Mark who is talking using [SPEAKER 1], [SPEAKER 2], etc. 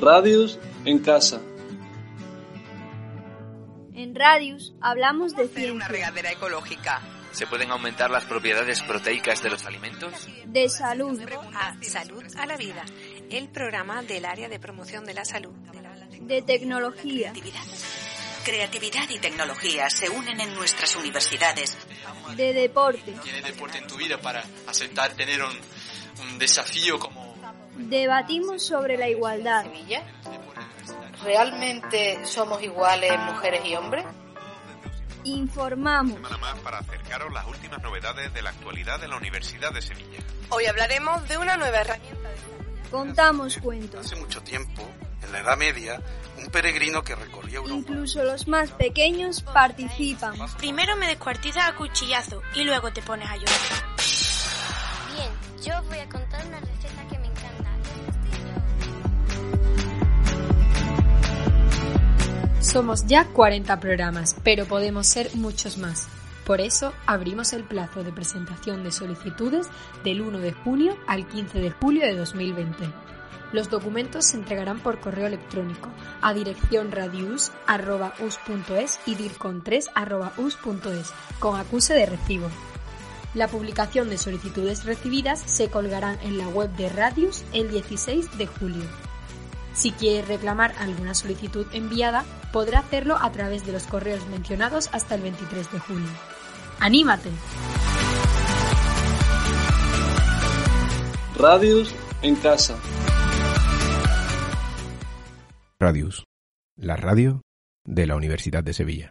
[SPEAKER 1] Radius en casa.
[SPEAKER 2] En Radius hablamos de
[SPEAKER 3] hacer una
[SPEAKER 2] ciencia,
[SPEAKER 3] regadera ecológica.
[SPEAKER 4] ¿Se pueden aumentar las propiedades proteicas de los alimentos?
[SPEAKER 2] de salud,
[SPEAKER 5] a Salud a la Vida, el programa del área de promoción de la salud.
[SPEAKER 2] de tecnología,
[SPEAKER 6] Creatividad. Creatividad y tecnología se unen en nuestras universidades.
[SPEAKER 2] de deporte,
[SPEAKER 7] tiene deporte en tu vida para aceptar tener un, un desafío como
[SPEAKER 2] debatimos sobre la igualdad,
[SPEAKER 8] Sevilla. ¿Realmente somos iguales mujeres y hombres?
[SPEAKER 2] informamos,
[SPEAKER 9] semana más para acercaros las últimas novedades de la actualidad de la Universidad de Sevilla.
[SPEAKER 3] Hoy hablaremos de una nueva herramienta.
[SPEAKER 2] contamos cuentos.
[SPEAKER 10] Hace mucho tiempo, en la Edad Media, un peregrino que recorrió Europa
[SPEAKER 2] Incluso los más pequeños participan.
[SPEAKER 11] Primero me descuartizas a cuchillazo y luego te pones a llorar.
[SPEAKER 12] Bien, yo voy a contar una receta que me encanta.
[SPEAKER 13] Somos ya 40 programas, pero podemos ser muchos más. Por eso abrimos el plazo de presentación de solicitudes del 1 de junio al 15 de julio de 2020. Los documentos se entregarán por correo electrónico a dirección radius.us.es y dircon3.us.es con acuse de recibo. La publicación de solicitudes recibidas se colgarán en la web de Radius el 16 de julio. Si quiere reclamar alguna solicitud enviada, podrá hacerlo a través de los correos mencionados hasta el 23 de julio. ¡Anímate!
[SPEAKER 1] Radius en casa.
[SPEAKER 14] Radius, la radio de la Universidad de Sevilla.